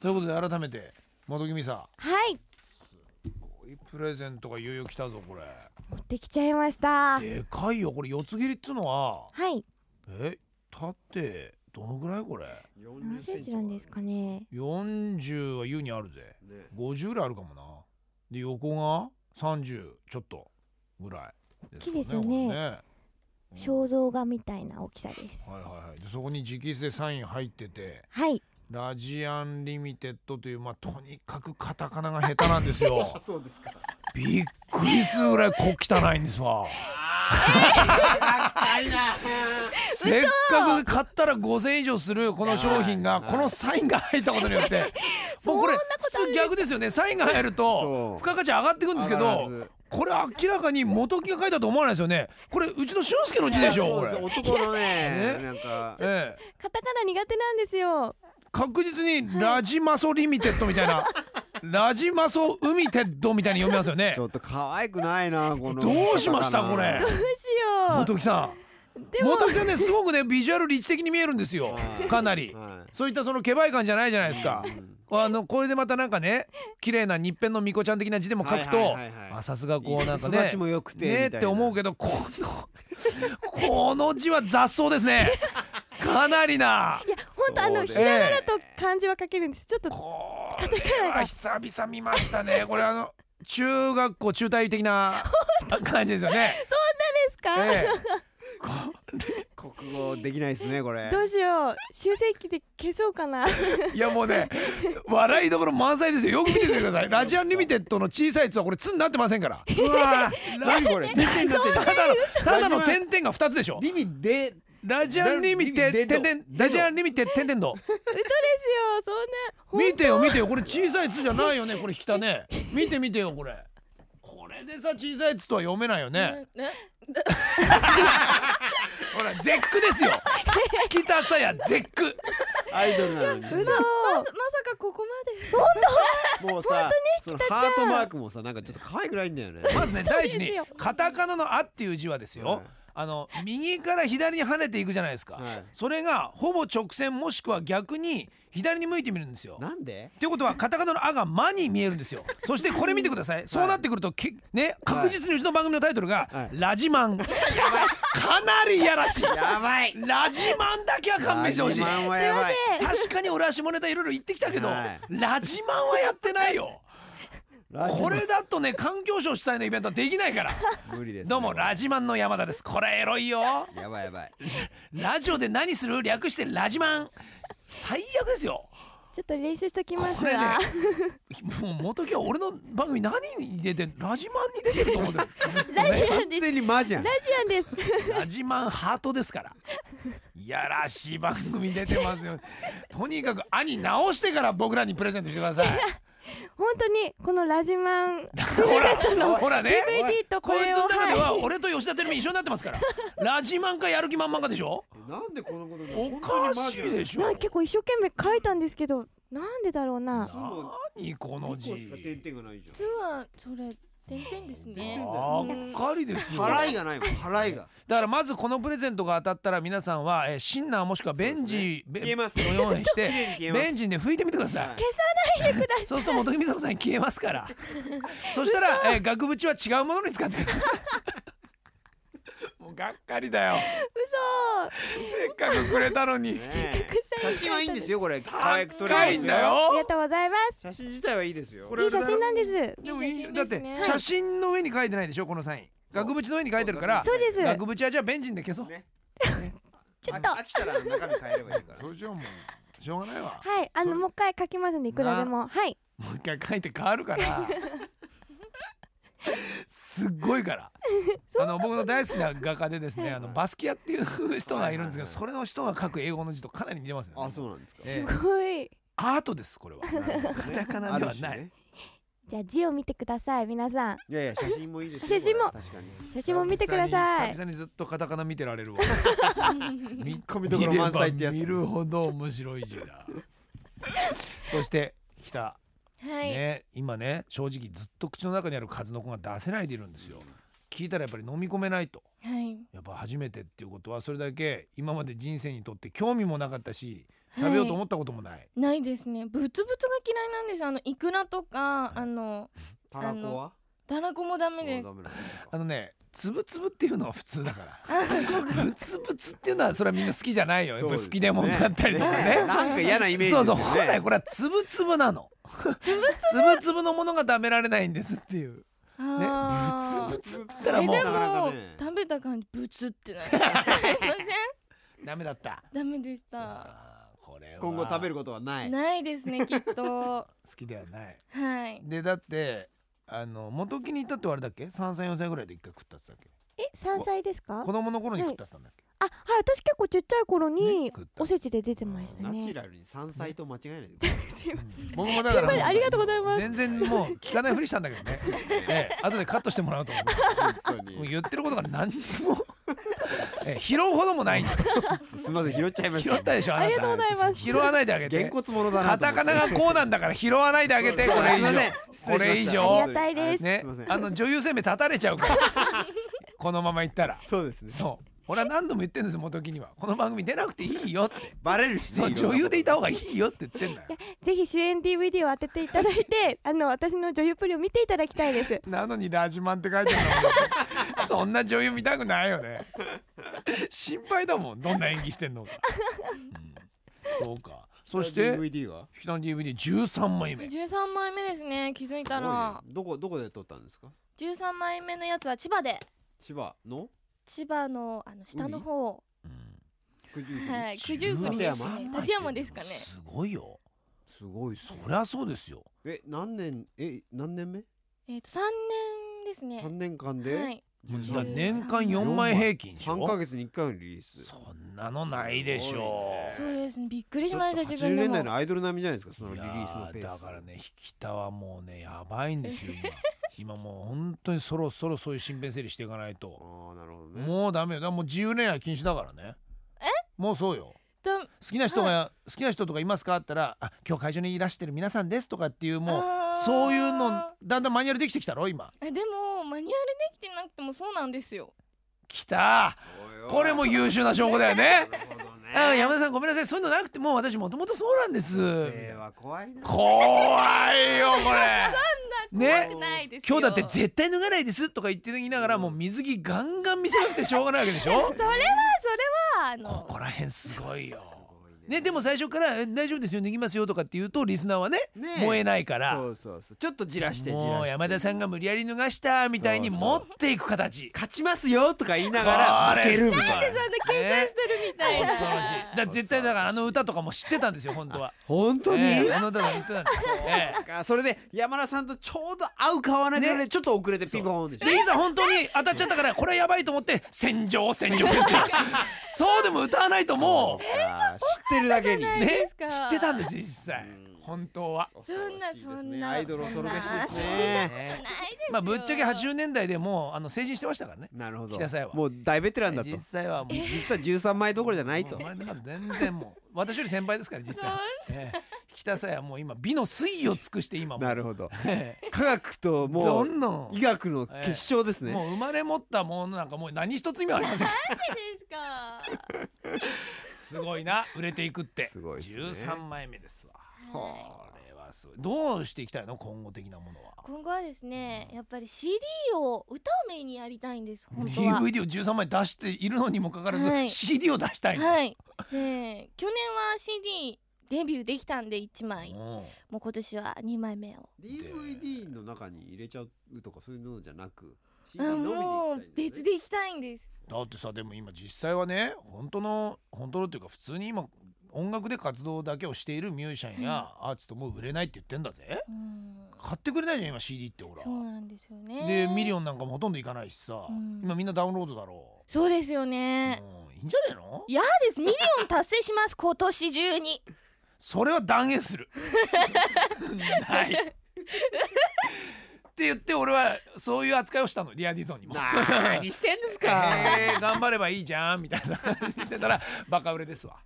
ということで改めて窓君さはいこういうプレゼントがいよいよ来たぞこれ持ってきちゃいましたはいでかいよこれ四つ切りっつうのは7え縦どのぐらいこれセンチなんですかね40は優にあるぜね50ぐらいあるかもなで横が30ちょっとぐらいか大きいですよねこれねうん肖像画みたいな大きさですはいはいはいでそこに直筆でサイン入っててはいラジアンリミテッドというまあとにかくカタカナが下手なんですよ あそうですか。びっくりするぐらいこ汚いんですわ高いな。せっかく買ったら5000円以上するこの商品がはいこのサインが入ったことによってもうこれ普通逆ですよねサインが入るとそう付加価値上がっていくんですけ上がらどずこれ明らかに元木が書いたと思わないですよねこれうちの俊介の字でしょこれそうです男のねね、なんか。ええカタカナ苦手なんですよ確実にラジマソリミテッドみたいなラジマソウミテッドみたいに読みますよねちょっと可愛くないな、この。どうしましたこれはどうしよ元木さんうでも元木さんねすごく ねビジュアル立地的に見えるんですよはいかなりそういったそのけばい感じゃないじゃないですかい。うんあのこれでまたなんかね綺麗な日辺のみこちゃん的な字でも書くはいとはいはいはいあさすがこうなんかね育ちも良くて。ねえって思うけけどこのこの字は雑草ですねかなりないや本当あのそうでひすらがなと漢字は書けるんですちょっとこカタカれナはが久々見ましたねこれあの中学校中退的な感じですよね。 ですか、 え国語できないですね、これ。どうしよう修正機で消そう かなえいやもうね笑いどころ満載ですよよく見ててくださいラジアンリミテッドの小さいやつはこれ「つ」になってませんからうわー、 何これ。点々になってるただのただの点々が2つでしょリミで。ラジアンリミテッド点々ラジアンリミテッド点々の嘘ですよそんなほん見てよ見てよこれ小さい「つ」じゃないよねこれ引きたね見て見てよこれこれでさ小さい「つ」とは読めないよねねほら絶句ですよ引きたさや絶句アイドルなのに。嘘ままさかここまでもうさ、そのハートマークもさ、なんかちょっと可愛くないんだよね。まずね第一によカタカナの「あ」っていう字はですよ、はいあの右から左に跳ねていくじゃないですか、はいそれがほぼ直線もしくは逆に左に向いてみるんですよ。なんで。ということはカタカナの「あ」が「ま」に見えるんですよそしてこれ見てください、そうなってくるとけね確実にうちの番組のタイトルが「はいラジマン」かなりいやらしいやばい。ラジマンだけは勘弁してほしいラジマンはやばい。確かに俺は下ネタいろいろ言ってきたけど、はいラジマンはやってないよラジマンこれだとね環境省主催のイベントはできないから無理ですね。どうもラジマンの山田ですこれエロいよやばいやばい。ラジオで何する略してラジマン最悪ですよちょっと練習しときますこれねわ、もう元木は俺の番組何に出てラジマンに出てると思ってるずっとラジねアンで完す全にマジや んラ。ジアンですラジマンハートですからいやらしい番組出てますよとにかく兄直してから僕らにプレゼントしてください本当にこのラジマンほらほらね DVD とここいれつをの中ではは俺と吉田照美一緒になってますからラジマンかやる気満々かでしょなんでこのことおかしいでししいなょんか結構一生懸命書いたんですけどなんでだろうな何この字しか点々がないじ実はそれ点々ですねばっかりですゃん。よ払いがないもん。払いが。だからまずこのプレゼントが当たったら皆さんは、えー、シンナーもしくはベンジ、そうべですね消えますのようにし綺て麗に消えますベンジンで拭いてみてください、はいそうすると元木美佐子さんに消えますから そしたら、えー、額縁は違うものに使ってく ださいもうがっかりだよ嘘せっかくくれたのにねえ臭写い真はいいんですよこれ。可愛く撮れま高すいんだ。よありがとうございます写真自体はいいですよ。こいい写真なんですでもいいいい写真だっですてね写真の上に書いてないでしょこのサイン額縁の上に書いてるからそうです額縁はじゃあベンジンで消そうねちょっと飽きたら中身変えればいいから。うしようもうしょうがないわはいあそのれもう一回書きますんでいくらでもはい もう一回書いて変わるからすっごいからあの僕の大好きな画家でですねあのバスキアっていう人がいるんですけどはいはいはいそれの人が書く英語の字とかなり似てますよねあ、そうなんですか。えすえごいアートですこれはカタカナではない、い。じゃあ字を見てください皆さんいやいや写真もいいですよ。写真もこれ確かに。写真も見てください久々に久々にずっとカタカナ見てられ るわ見込みどころ満載ってやつ見れば見るほど面白い字だそして北 はいね、今ね正直ずっと口の中にある数の子が出せないでいるんですよ聞いたらやっぱり飲み込めないとはいやっぱ初めてっていうことはそれだけ今まで人生にとって興味もなかったし食べようと思ったこともない。ないですねブツブツが嫌いなんですあのイクラとかあのタラコはたらこもダメですあダメなんですかあのね、つぶつぶっていうのは普通だから。ぶつぶつっていうのは、それはみんな好きじゃないよ。やっぱり吹き出物だったりとかね。なんか嫌なイメージそうですそよう、ね本来これはつぶつぶなの。つぶつぶのものが食べられないんですっていう。ね、あぶーつぶつって言ったらえもうでなかなかもね食べた感じブツってなりませんダメだった。 ダメでしたあーこれは今後食べることはないないで すねきっと好きではない。はいでだってあの元木に行ったってあれだっけ3歳4歳ぐらいで一回食ったってだっけえ、山菜ですか？あ、は子供の頃に食ったってたんだっけ、い、私結構ちっちゃい頃ねに食ったおせちで出てましたナチュね。ラルに山菜と間違えないですうん僕もだからもうありがとうございます全然もう聞かないふりしたんだけど ねええ後でカットしてもらおうと思って本当もうに言ってることが何にも ええ拾うほどもない んだすみません拾っちゃいまし拾たったでしょああなりがとうたございます。拾わないであげげんてこつものだなカタカナがこうなんだから拾わないであげてこそうれすいません以上これ以失礼しました上ありがたいです。ねすいませんあの女優生命立たれちゃう からこのまま行ったらそうですねそう俺は何度も言ってるんです元木にはこの番組出なくていいよ ってバレるしそう女優でいた方がいいよって言ってんだよぜひ主演 DVD を当てていただい てあの私の女優プリを見ていただきたいですなのにラジマンって書いてるのそんな女優見たくないよね心配だもんどんな演技してんのか、うんそうかそして DVD はひな DVD13 枚目13枚目ですね気づいたらすごいねどこどこで撮ったんですか13枚目のやつは千葉で千葉の千葉のあの下の方九十九里はい九十九里ですね13枚立山ですかねすごいよすごいっすそねりゃそうですよえ何年え何年目えっと3年ですね三年間はでいもう13だから年間4枚平均でしょ三ヶ月に一回のリリースそんなのないでしょそうですねびっくりしました自80分で年代ものアイドル並みじゃないですかそのいリリやースのペースだからね引田はもうねやばいんですよ 今今もう本当にそろそろそういう身辺整理していかないあと、あなるほどねもうダメよだからもう自由恋愛禁止だからねえもうそうよだ好きな人が、好きな人とかいますかって言ったらあ今日会場にいらしてる皆さんですとかっていうもうあーそういうのだんだんマニュアルできてきたろ今えでもマニュアルできてなくてもそうなんですよきたおいおいこれも優秀な証拠だよなねるほ どねあー山田さんごめんなさいそういうのなくてもう私もともとそうなんです女性は怖いな怖いよ これね怖くないです今よ日だって絶対脱がないですとか言って言いながらもう水着ガンガン見せなくてしょうがないわけでし ょそれはそれはあこのこら辺すごいよすごいねでも最初からえ「大丈夫ですよ脱ぎますよ」とかって言うとリスナーはねね燃えないからそうそうそうちょっとじらしてじらしてもう山田さんが無理やり脱がしたみたいにそう持そうっていく形勝ちますよとか言いながら負けるみたいななんで計算してるみたいな恐ろしいだから絶対だからあの歌とかも知ってたんですよ本当は本当に、ええあの歌とか言ってたんですよええあそれで山田さんとちょうど合うか合わないかでちょっと遅れてピンポーンでしょでいざ本当に当たっちゃったからこれはやばいと思って「戦場戦場」 ですよそうでも歌わないともあー知ってるだけにうそうねです知かってたんです実際うん本当は。そんなそんなアイドル恐るべしですそんねなことないですよまあぶっちゃけ80年代でもうあの成人してましたからねなるほど北さんはもう大ベテランだと実際はもう実は13枚 どころじゃないともうお前なんか全然もう私より先輩ですから実際ええ北さんはもう今美の水位を尽くして今もうなるほどええ科学ともどうんどん医学の結晶ですねもう生まれ持ったものなんかもう何一つ意味ありま せん何ですかすごいな売れていくってすごいっすね13枚目ですわはこれはすごいどうしていきたいの今後的なものは今後はですねやっぱり CD を歌をメインにやりたいんです本当は DVD を13枚出しているのにもかかわらず、はい CD を出したいの、はいで去年は CD デビューできたんで1枚うんもう今年は2枚目を DVD の中に入れちゃうとかそういうのじゃなく CD あのみでも行きたいんだよねう別で行きたいんですだってさでも今実際はね本当の本当のっていうか普通に今音楽で活動だけをしているミュージシャンやアーティストもう売れないって言ってんだぜうん買ってくれないじゃん今 CD ってほらそうなんですよねでミリオンなんかもほとんどいかないしさ、うん今みんなダウンロードだろそうですよう、ねうん、いいんじゃねえの嫌ですミリオン達成します今年 中にそれは断言 するないって言って俺はそういう扱いをしたのリアディゾンにも何してんですか えー頑張ればいいじゃんみたいな感じしてたらバカ売れですわ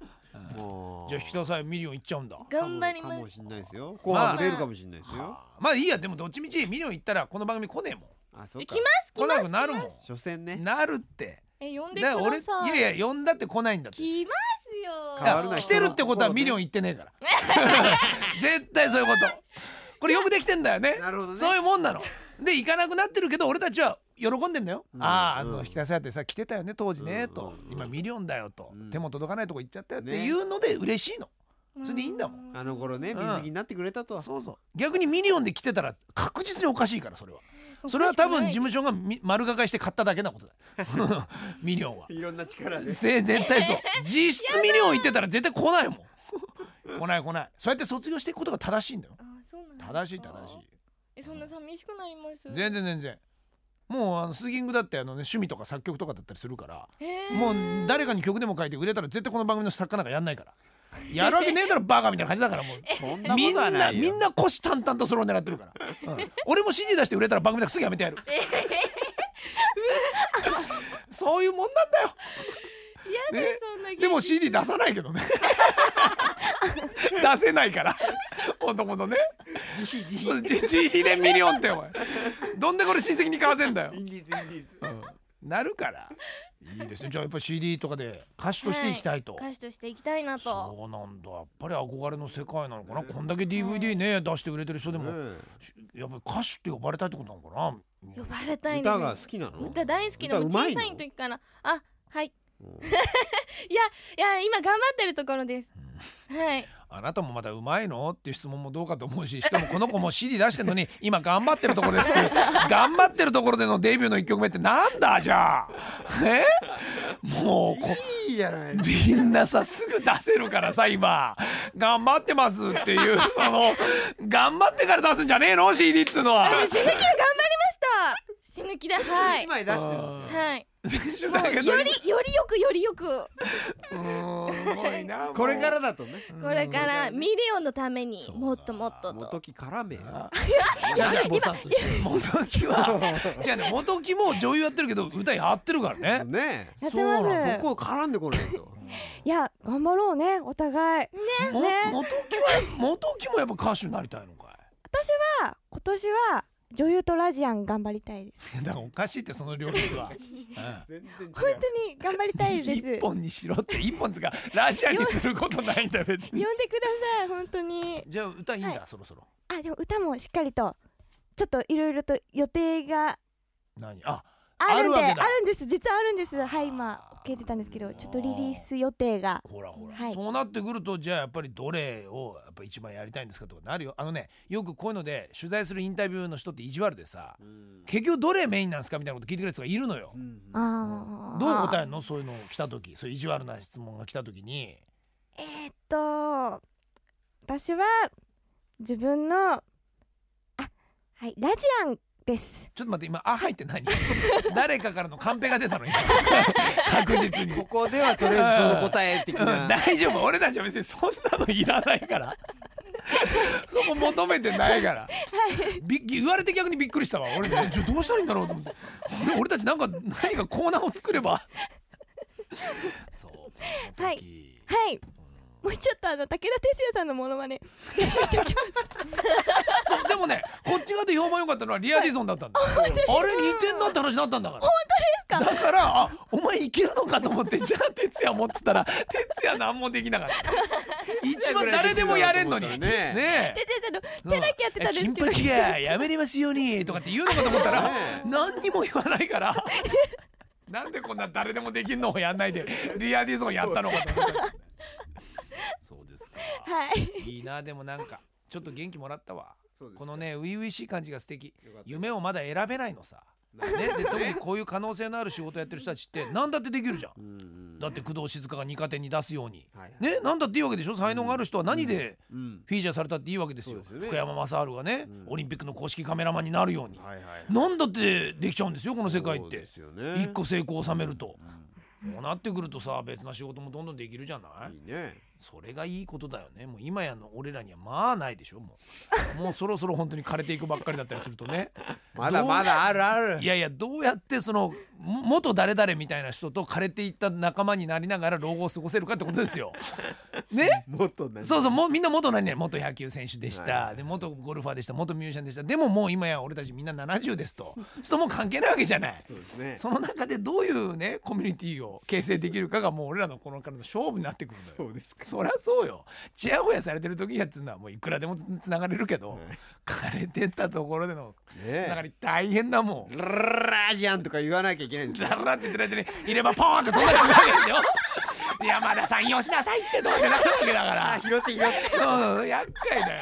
もうじゃあ引き出さえミリオンいっちゃうんだ頑張りかまもすしんないですよ紅白出るかもしんないですよはあまあいいやでもどっちみちミリオン行ったらこの番組来ねえもんあそ行うきかます来来まなすくなるも所詮ねんなるってえ呼んでだくだから俺さいいやいや呼んだって来ないんだって来ますよ変わるな来てるってことはミリオン行ってねえから 絶対そういうことこれよくできてんだよねなるほどねそういうもんなので行かなくなってるけど俺たちは喜んでんだよ、うんあああうのん引き出せあってさ来てたよね当時ね、うんとうん今ミリオンだよと、うん手も届かないとこ行っちゃったよってねいうので嬉しいの、それでいいんだもんうあの頃ねうん水着になってくれたとそうそう逆にミリオンで来てたら確実におかしいからそれはそれは多分事務所がみ丸がかりして買っただけなことだ よミリオンは。いろんな力でせ絶対 そう実質ミリオン行ってたら絶対来ないもん来ない来ないそうやって卒業していくことが正しいんだよあそうなんだ正しい正しいえそんな寂しくなります全然全然もうあのスギングだってあの、ね、趣味とか作曲とかだったりするからへーもう誰かに曲でも書いて売れたら絶対この番組の作家なんかやんないからやるわけねえだろバカみたいな感じだからもうそんなこみんとはなないよみんな虎視眈々とそれを狙ってるから、うん俺も CD 出して売れたら番組なんかすぐやめてやるそういうもんなんだよ嫌だねそんな現実でも CD 出さないけどね出せないから男のね慈悲慈そうじ自費でミリオンってお前どんでこれ親戚に買わせんだよ悲インディーズインディーズうんなるからいいですねじゃあやっぱ CD とかで歌手としていきたいと、歌手としていきたいなとそうなんだやっぱり憧れの世界なのかな、こんだけ DVD ね出して売れてる人でも、ねしやっぱり歌手って呼ばれたいってことなのかな呼ばれたいんです歌が好きなの歌大好きなの歌うま小いのさい時からあはい いうんや今頑張ってるところです はいあなたもまたうまいのっていう質問もどうかと思うししかもこの子も CD 出してるのに 今頑張ってるところですっていう頑張ってるところでのデビューの1曲目ってなんだじゃあ えもうこいいやないみんなさすぐ出せるからさ今頑張ってますっていう その頑張ってから出すんじゃねえの CD っていうのは。死ぬ気で頑張りました死ぬ 気ではい一枚出してますよ はい 一緒もだうけよどりよりよくよりよくうーんすごいなもう これからだとねこれからミリオンのためにそうだもっともっとと元木絡めあじゃあ今元木は違うね元木も女優やってるけど歌やってるからねねやってそうなのますそこを絡んでこない といや頑張ろうねお互いもね元木は元木もやっぱ歌手になりたいのかは今年は女優とラジアン頑張りたいですいだ からおかしいってその両立は、う全然違本う当に頑張りたいん、です一本にしろって一本つかラジアンにすることないんだよ別呼んにでください本当にじゃあ歌いいんだ、はそろそろあでも歌もしっかりとちょっといろいろと予定が何ああるんであるわけあるだんです実はあるんですはい今 OK 出たんですけどちょっとリリース予定がほらほら、はいそうなってくるとじゃあやっぱりどれをやっぱ一番やりたいんですかとかなるよあのねよくこういうので取材するインタビューの人って意地悪でさうん結局どれメインなんですかみたいなこと聞いてくれる人がいるのよう。んあーどう答えんのそういうの来た時そういう意地悪な質問が来た時にえーっと私は自分のあはいラジアンですちょっと待って今「あ」入って 何誰かからのカンペが出たの今確実に。ここではとりあえずその答え的うんな大丈夫俺たちは別にそんなのいらないから そこ求めてないから、びっ言われて逆にびっくりしたわ 俺ねちょどうしたらいいんだろうと思って俺俺たちなんか何かコーナーを作れ ばそうはいはいもうちょっとあの武田鉄矢さんのモノマネ練習しておきますそうでもねこっち側で評判良かったのはリア・ディゾンだったんだ、あれ似てんなって話になったんだから本当ですかだからあお前いけるのかと思ってじゃあ哲也持ってたら哲也何もできなか った一番誰でもやれんのにねねえ手手手の手だけやってたんですけど金八がやめれますようにとかって言うのかと思 ったらね何にも言わないからなんでこんな誰でもできんのをやんないでリアディゾンやったのかと思ったそうですか、はいい、いなでもなんかちょっと元気もらったわそうですこのね初々しい感じが素敵よかった夢をまだ選べないのさ、ね、で特にこういう可能性のある仕事やってる人たちって何だってできるじゃんうんうんだって工藤静香が二課手に出すようにはいはいね何だっていいわけでしょ才能がある人は何で、うんフィーチャーされたっていいわけですよそうですよね福山雅治がね、んオリンピックの公式カメラマンになるように、はいはいなんだってできちゃうんですよこの世界っそうてで、すよね一個成功を収めると、こうなってくるとさ別な仕事もどんどんできるじゃないいいねそれがいいことだよねもう今やの俺らにはまあないでしょもうもうそろそろ本当に枯れていくばっかりだったりするとねまだまだあるあ るいやいやどうやってそのも元誰々みたいな人と枯れていった仲間になりながら老後を過ごせるかってことです よ。ねもっとねそうそうもうみんな元何々元野球選手でしはいはいはたで元ゴルファーでした元ミュージシャンでしたでももう今や俺たちみんな70ですとそれもう関係ないわけじゃない。そうですねその中でどういうねコミュニティを形成できるかがもう俺らのこのからの勝負になってくるんだよ。そうですかそりゃそうよちやほやされてる時やっつうのはもういくらでもつつながれるけど、はい枯れてったところでのつながねり大変だもん。ラジアンとか言わなきゃいけないんですよララって言ってる間にいればポーンと飛んだりするわけでしょ山田さんよしなさいってどうってなるわけだかあら拾って拾ってうんうん厄介だよ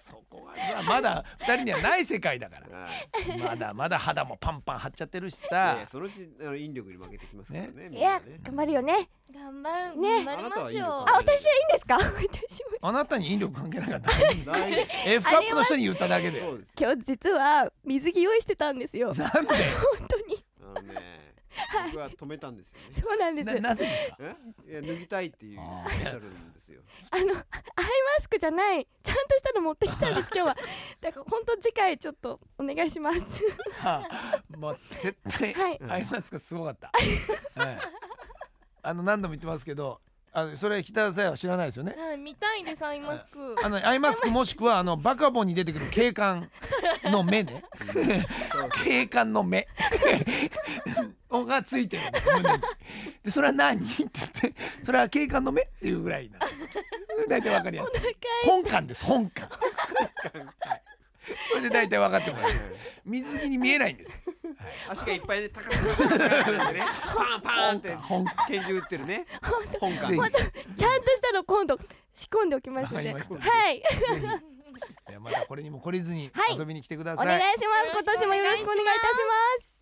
そこはまあまだ二人にはない世界だからまだまだ肌もパンパン張っちゃってるしあさそのうちあの引力に負けてきますからねいみんなやね頑張るよね頑張る、ね頑張りあなたはまいすいよのあか私はいいんですか私もあなたに引力関係なかったね大丈 F カップの人に言っただけで夫そうですよ今日実は水着用意してたんですよ 本なんで当にあのね僕 は止めたんですよねそうなんですななぜですかえいや脱ぎたいっていうおあっーしゃるんですよあのアイマスクじゃないちゃんとしたの持ってき たんです今日はだから本当次回ちょっとお願いしますはあ、まあ、絶対、はいアイマスクすごかった。はい、あの、何度も言ってますけど、あの、それ、北田さんは知らないですよね。はい見たいですアイマスクあの、アイマスクもしくは、あの、バカボンに出てくる警官の目ね。警官の目。がついてるんです胸にで、それは何って言って、それは警官の目っていうぐらいな。それ大体わかりやすい。本官です、本官。それで大体分かってもら える。水着に見えないんです。足がいっぱいね高く 上がってねパンパンって本官。拳銃撃ってるね本ぜ館ひ本当ちゃんとしたの今度仕込んでおきますのでわかりましたはいぜひいやまたこれにも懲りずにはい遊びに来てくだおさい。願いします今年もよろしくお願いいたします